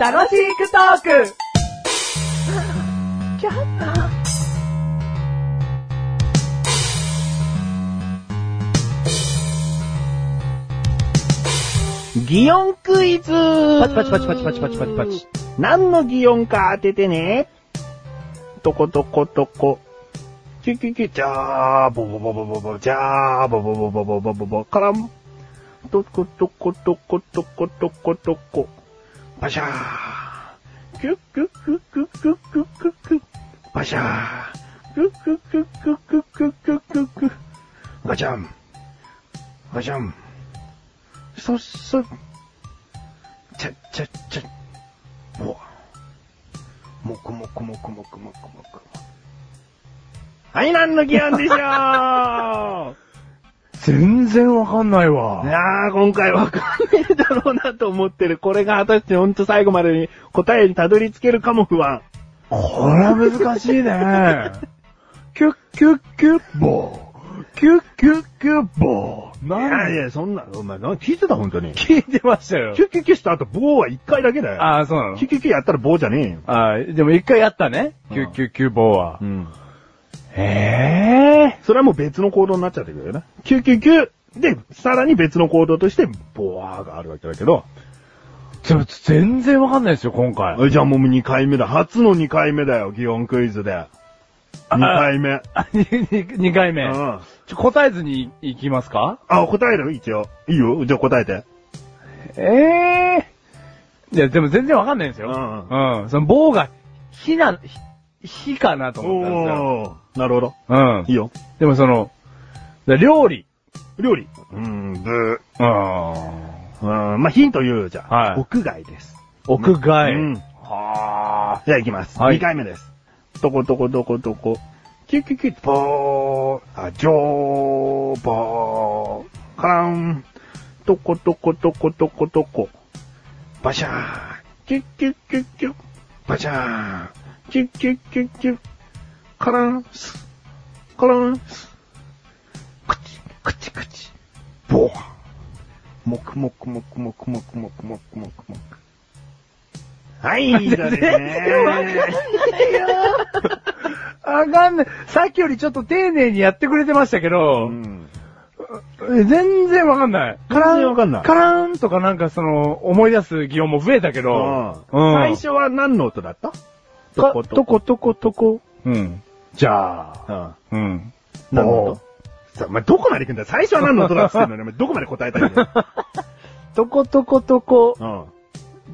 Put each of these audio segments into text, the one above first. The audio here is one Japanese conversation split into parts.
楽しくトーク擬音クイズパチパチパチパチパチパチパチパチ。何の擬音か当ててね。とことことこ。キュキュキュ、じゃー、ボボボボボボ、じゃー、ボボボボボボボボ、からん。とことことことことことこ。パシャー。キュキュキュキュキュキュキュキュ。パシャー。キュキュキュキュキュキュキュキュキュ。ガチャン。ガチャン。そ、そ、ちゃ、ちゃ、ちゃ、もう、もくもくもくもくもくもく。はい、何の議案でしょうな全然わかんないわ。あ、今回わかんねえだろうなと思ってる。これが果たしてほんと最後までに答えにたどり着けるかも不安。これは難しい ね。キュッキュッキュッボー。キュッキュッキュッボー。いなやいんや、そんな、お前、なん聞いてた本当に。キ聞いてましたよ。ュッキュッキュした後、棒は一回だけだよ。ああ、そうなのキュッキュッキュやったら棒じゃねえよ。ああ、でも一回やったね。うんキュッキュッキュッボーはう。ん。ええそれはもう別の行動になっちゃってくるよね。キュキュキュで、さらに別の行動として、ボワーがあるわけだけど。ー。ちょ、全然わかんないですよ、今 回。じゃあもう2回目だ。初の2回目だよ、擬音クイズで。2回目。 2回目う。ん。ちょ答えずに行きますかあ、答える一応。いいよ。じゃあ答えて。ええいや、でも全然わかんないんですよ。うんうん。その棒が、火な、火火かなと思ったんですよ。おー。なるほど。うんいい。よ。でもその、で料理。料理。うーん、ブうん。ー。うーん、まあ、ヒント言うじゃん。はい屋外です。屋外。うん。はじゃあ行きます。はい2回目です。どこどこどこどこ。キュキュキュ、ぼー、あ、じょー、ぼー、カラン、どこどこどこどこどこ。バシャー、キュキュキュキュ、バシャー、キュキュキュキュ、カラン、ス、カラン、ス、クチ、クチクチ、ぼー。もくもくもくもくもくもくもくもくもく。はい、いいだね。ー。あかんない。さっきよりちょっと丁寧にやってくれてましたけど、うんえ全然わかんない。全然わかんないカラーンとかなんかその、思い出す擬音も増えたけど、うん最初は何の音だったかとことことこ。うん。じゃあ、うん。うん。何のおー音さ、お前どこまで行くんだよ最初は何の音だっつってんのに、お前どこまで答えたいんだよ。 とことことこ、う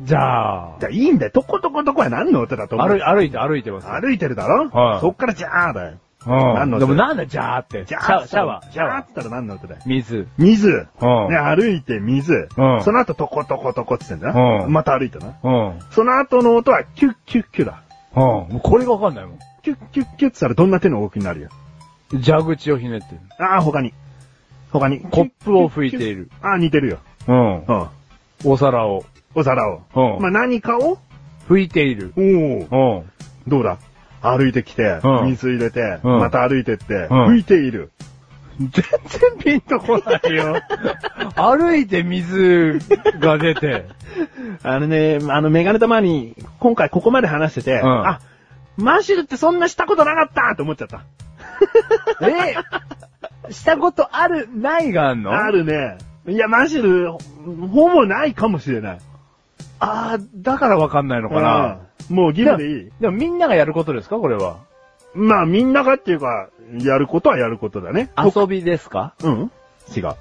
ん。じゃあじ、ゃあいいんだよ。とことことこは何の音だと思う歩い歩いて歩いてます。歩いてるだろはいそっからじゃーだよ。う何の音ん。でもなんだじゃあって。じシゃャーワー、シャワー、じシゃャーっワーつ。ったら何の音だよ。水。水。うんね、歩いて水。うんその後とことことこっつってんだな。うんまた歩いてな。うん。うん。その後の音はキュッキュッキュだ。もうこれがわかんないもん。キュッキュッキュッつったらどんな手の動きになるよ。蛇口をひねってる。ああ、他に。他に。コップを拭いている。ああ、似てるよ。うん。うん。お皿をお皿を。うんまあ、何かを拭いている。おおうん。どうだ歩いてきて、うん水入れて、うんまた歩いてって、うん拭いている。全然ピンとこないよ。歩いて水が出 て。あのね、あの、メガネ玉に、今回ここまで話してて、んあ、マッシュルってそんなしたことなかったと思っちゃった。えしたことある、ないがあんのあ。るね。いや、マッシュル、ほほぼないかもしれない。あーだからわかんないのかな。うんもう義務でいい。でもみんながやることですかこれは。まあ、みんながっていうか、やることはやることだね。遊びですかうん違う。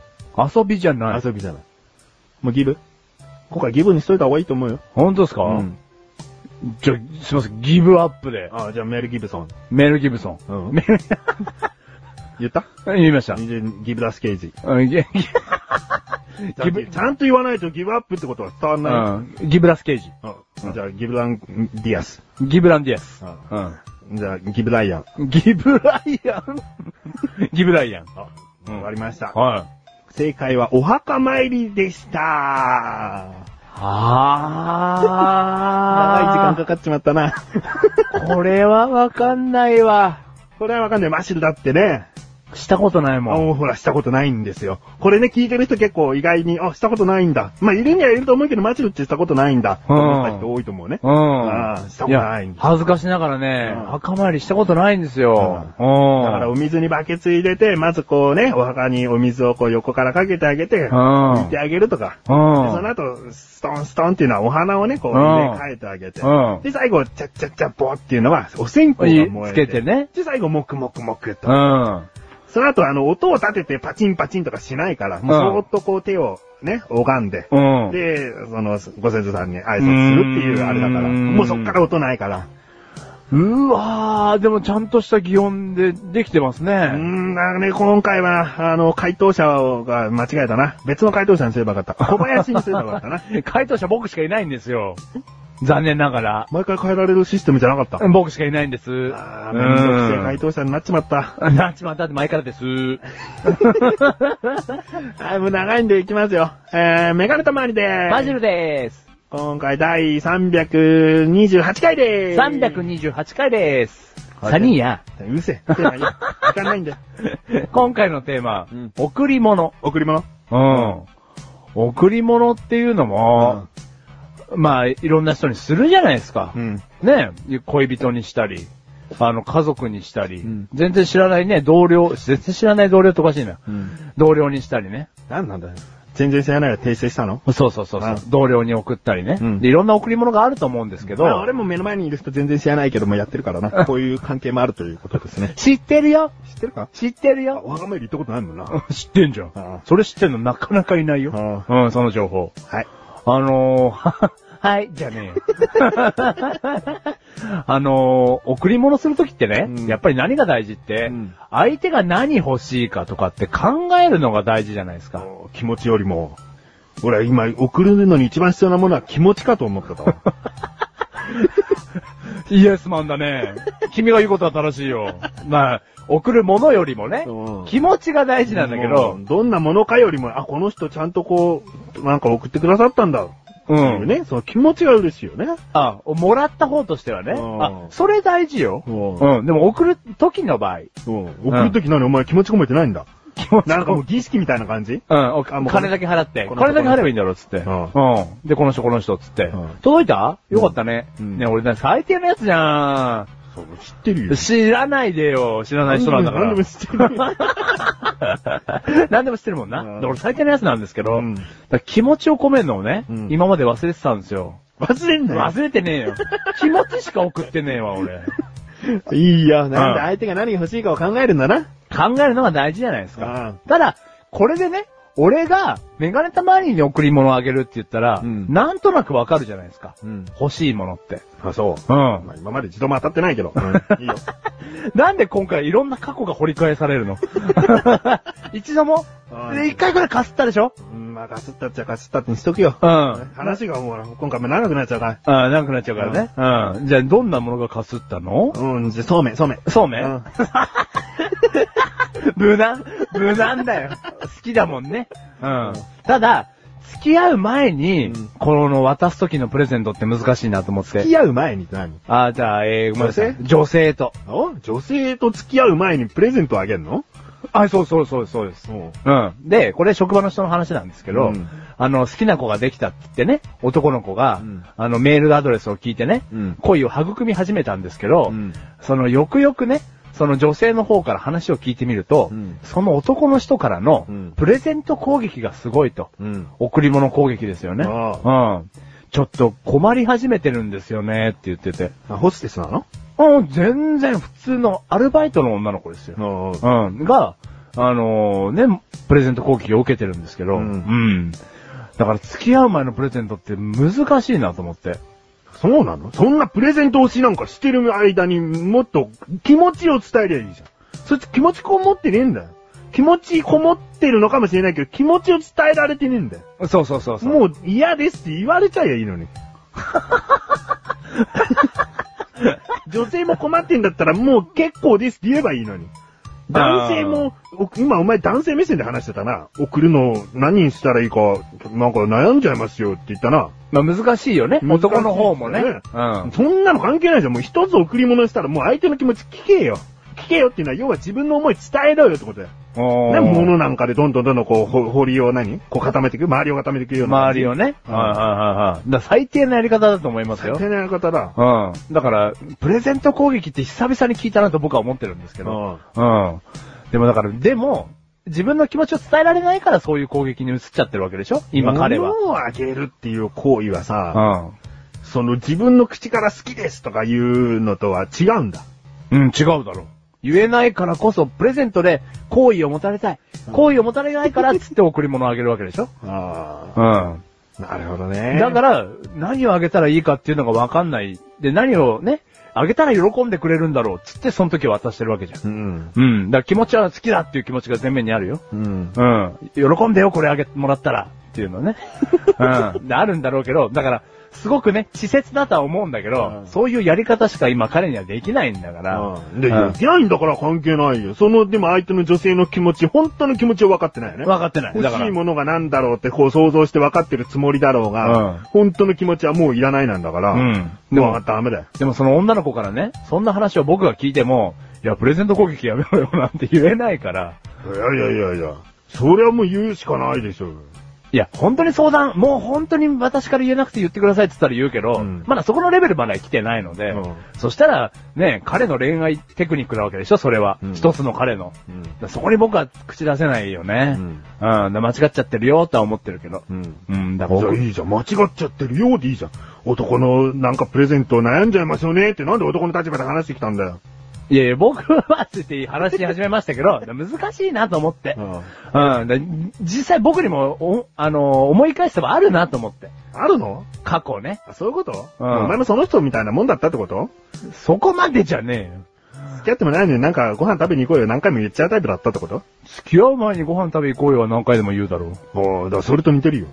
遊びじゃない。遊びじゃない。もうギブ今回ギブにしといた方がいいと思うよ。本当ですか、うん。じゃ、すいません、ギブアップで。ああ、じゃあメールギブソン。メール・ギブソン。うんメール、 言 った言いました。ギブダスケージ。うんギギブちゃんと言わないとギブアップってことは伝わんない。うんギブラス・ケージ。うんじゃあ、ギブラン、ディアス。ギブラン・ディアス。ううんじゃあ、ギブライアン。ん。ギブライアン ギブライアン。あ、うんわかりました。はい。正解は、お墓参りでした。長い時間あかかっちまったな。ー。これはわかんないわ。これはわかんない。マシルだってね。したことないもん。あほら、したことないんですよ。これね、聞いてる人結構意外に、あ、したことないんだ。まあ、いるにはいると思うけど、マチルってしたことないんだ。って思った人多いと思うね。うん。ああしたことないや恥ずかしながらね、うん墓参りしたことないんですよ。うん。だからお水にバケツ入れて、まずこうね、お墓にお水をこう横からかけてあげて、うん拭いてあげるとか。でそのう後、ストンストンっていうのはお花をね、こう、うん入れ替えてあげてうん。で、最後、チャッチャッチャッボーっていうのは、お線香がん。燃えつけて。ね。で、最後、もくもくもくうと。ん。その後、あの、音を立ててパチンパチンとかしないから、もううんそーっとこう手をね、拝んで。うん。で、その、ご先祖さんに挨拶するっていうあれだから、うんもうそっから音ないから。うわー、でもちゃんとした擬音でできてますうーね。ん、なんかね、今回は、あの、回答者が間違えたな。別の回答者にすればよかった。小林にすればよかった な。回答者僕しかいないんですよ。残念ながら。毎回変えられるシステムじゃなかった。僕しかいないんです。あー、めんどくせえうん回答者になっちまった。なっちまったって前からです。あーもう長いんでいきますよ。えー、メガネたまわりでーす。マジルでーす。今回第328回でーす。 328回です。はいサニーや、うるせえ。手がいい時間 ないんだよ。今回のテーマ、うん贈り物。贈り物うん。贈り物っていうのも、まあ、いろんな人にするじゃないですか。ん。ね恋人にしたり、あの、家族にしたり、うん全然知らないね、同僚、全然知らない同僚っておかしいな。うん。同僚にしたりね。なんなんだよ。全然知らないから訂正したの。そうそうそうそううん同僚に送ったりね、うんで。いろんな贈り物があると思うんですけど、まあ俺も目の前にいる人全然知らないけどもやってるから な。こういう関係もあるということですね。知ってるよ知ってるか知ってるあよお墓参り行ったことないもんな。知ってんじゃあん。それ知ってんのなかなかいないよ。あうん、その情報。はい。あのー、 ははい、じゃねえよ。 あのー、贈り物するときってね、うんやっぱり何が大事って、うん相手が何欲しいかとかって考えるのが大事じゃないですか。気持ちよりも、俺は今送るのに一番必要なものは気持ちかと思ってたわ。イエスマンだね。君が言うことは正しいよ。まあ、贈るものよりもねうん、気持ちが大事なんだけどもう、どんなものかよりも、あ、この人ちゃんとこう、なんか送ってくださったんだ。う。っていうんね。その気持ちが嬉しいよね。あ、もらった方としてはね。うんあ、それ大事よ。うんうん。でも送る時の場合、うん。送るとき何お前気持ち込めてないんだ。気持ちなんかもう儀式みたいな感じうん、おあもう金だけ払って。この金だけ払えばいいんだろ、つって。うんうん。で、この人、この人、つってうん。届いたよかったね。うんね、俺、最低のやつじゃん。そう知ってるよ。知らないでよ。知らない人なんだか何でも知ってるよ。ら。 何でも知ってるもんうんな。で俺、最低のやつなんですけど、うんだから気持ちを込めるのをねうん、今まで忘れてたんですよ。忘れんなよ。忘れてねえ よ。気持ちしか送ってねえわ、俺。いいよ。なんでうん相手が何が欲しいかを考えるんだな。考えるのが大事じゃないですうかん。ただ、これでね、俺がメガネたまりに贈り物をあげるって言ったら、うんなんとなくわかるじゃないですか。うん。欲しいものって。あ、そうう。んま。あ、今まで一度も当たってないけど。うんいいよ。なんで今回いろんな過去が掘り返され るの一度もあで一回くらいかすったでしょうん、まあ、ガスったっちゃガスったってにしとくよ。うん。あ話がもう、今回も長くなっちゃうから。あ、なくなっちゃうからね。うん。じゃあ、どんなものがかすったのうん、じゃあ、そうめん、そうめん。そうめうんん 無難無難だよ。好きだもんね。うん。ただ、付き合う前にうん、この渡す時のプレゼントって難しいなと思っ付て。き合う前にって何ああ、じゃあ、えー、ごめんなさい女。女性と。お女性と付き合う前にプレゼントあげんのあ、そうそうそうそうです。そう。うん。で、これ職場の人の話なんですけど、うんあの、好きな子ができたって言ってね、男の子が、うんあの、メールアドレスを聞いてね、うん恋を育み始めたんですけど、うんその、よくよくね、その女性の方から話を聞いてみると、うんその男の人からのうん、プレゼント攻撃がすごいと。うん。贈り物攻撃ですよね。あうん。ちょっと困り始めてるんですよねって言ってて。あ、ホステスなのうん、全然普通のアルバイトの女の子ですよ。あうん、が、あのーね、プレゼント攻撃を受けてるんですけど、ううんん。だから付き合う前のプレゼントって難しいなと思って。そうなのそんなプレゼント推しなんかしてる間にもっと気持ちを伝えりゃいいじゃん。そいつ気持ちこもってねえんだよ。気持ちこもってるのかもしれないけど、気持ちを伝えられてねえんだよ。そうそうそうそう。もう嫌ですって言われちゃえばいい のに。女性も困ってんだったらもう結構ですって言えばいいのに。男性も、お今お前男性目線で話してたな。送るの何にしたらいいか、なんか悩んじゃいますよって言ったな。まあ難しいよね。難しいですよね男の方もね。うん。そんなの関係ないじゃん。もう一つ贈り物したらもう相手の気持ち聞けよ。聞けよっていうのは、要は自分の思い伝えろよってことだよ。おね、ー物なんかでどんどんどんどんこう、ほ掘りを何こう固めていく周りを固めていくような。周りをね。ね。うはんいはいはいはい。だから最低なやり方だと思います最よ。低な方だ。うん。だから、プレゼント攻撃って久々に聞いたなと僕は思ってるんですけど。うんうん。でもだから、でも、自分の気持ちを伝えられないからそういう攻撃に移っちゃってるわけでしょ今彼は。物をあげるっていう行為はさ、うん。その自分の口から好きですとかいうのとは違うんだ。うん、違うだろう。言えないからこそ、プレゼントで好意を持たれたい。好意を持たれないからっつって贈り物をあげるわけでしょあうん。あ。なるほどね。だから、何をあげたらいいかっていうのがわかんない。で、何をね、あげたら喜んでくれるんだろうっつって、その時渡してるわけじゃん。うん。うん。だから気持ちは好きだっていう気持ちが前面にあるよ。うん。うん。喜んでよ、これあげてもらったら。っていうの ね。うん。であるんだろうけど、だから、すごくね、稚拙だとは思うんだけど、うんそういうやり方しか今彼にはできないんだから。で、いやいけないんだから関係ないよ。その、でも相手の女性の気持ち、本当の気持ちを分かってないよね。分かってない。だ欲かしらい。ものが何だろうってこう想像して分かってるつもりだろうが、うん本当の気持ちはもういらないなんだから、うんでも分かったダメだよ。でもその女の子からね、そんな話を僕が聞いても、いや、プレゼント攻撃やめろよなんて言えないから。いやいやいやいや、それはもう言うしかないでしょ。いや、本当に相談、もう本当に私から言えなくて言ってくださいって言ったら言うけど、うんまだそこのレベルまでは来てないので、うんそしたら、ね、彼の恋愛テクニックなわけでしょ、それは。うん一つの彼の。うんだからそこに僕は口出せないよね。ううんん。だ間違っちゃってるよとは思ってるけど。うん。うん、だからじゃあ僕、いいじゃん、間違っちゃってるようでいいじゃん。男のなんかプレゼントを悩んじゃいますよねってなんで男の立場で話してきたんだよ。いやいや、僕はつって話し始めましたけど、 難しいなと思って。うん、で実際僕にも、おあの思い返せばあるなと思って。あるの過去ね。あそういうこと、うんお前もその人みたいなもんだったってことそこまでじゃねえよ。付き合ってもないのになんかご飯食べに行こうよ何回も言っちゃうタイプだったってこと付き合う前にご飯食べ行こうよは何回でも言うだろう。おーだからそれと似てるよ。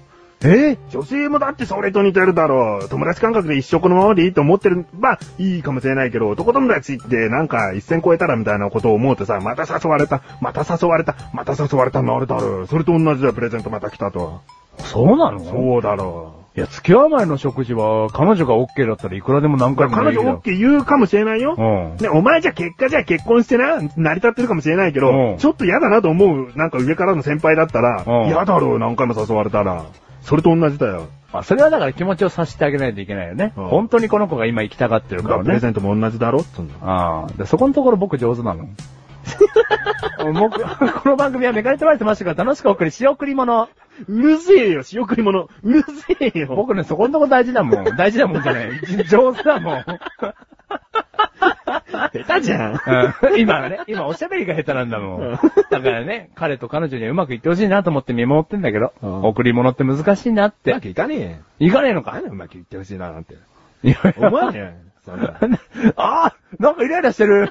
え女性もだってそれと似てるだろう。友達感覚で一生このままでいいと思ってる、まあ、いいかもしれないけど、男友達ってなんか一線超えたらみたいなことを思うとさ、また誘われた、また誘われた、また誘われたのあるだろう。それと同じだよ、プレゼントまた来たと。そうなのそうだろいや、付き合う前の食事は、彼女が OK だったらいくらでも何う。回も彼女よ OK 言うかもしれないよ。うん。ね、お前じゃ結果じゃ結婚してな、成り立ってるかもしれないけうど、んちょっと嫌だなと思う、なんか上からの先輩だったらう、ん嫌だろう、何回も誘われたら。それと同じだよ。まあ、それはだから気持ちを察してあげないといけないよね。うん本当にこの子が今行きたがってるからプレね。ゼントも同じだろっつうんだ。ああ。でそこのところ僕上手なの。 僕、この番組はめかれてまいてましたが、楽しくお送り、仕送り物。うるせえよ、仕送り物。うるせえよ。僕ね、そこのとこ大事だ もん。大事だもんじゃない。上手だもん。下手じゃん。うん今はね、今おしゃべりが下手なんだもうんん。だからね、彼と彼女にはうまくいってほしいなと思って見守ってんだけど、うん贈り物って難しいなっうまて。くいかねいかねえのえ。か何でうまくいってほしいななんて。 いやいや思わねえ。そんな。ああなんかイライラしてる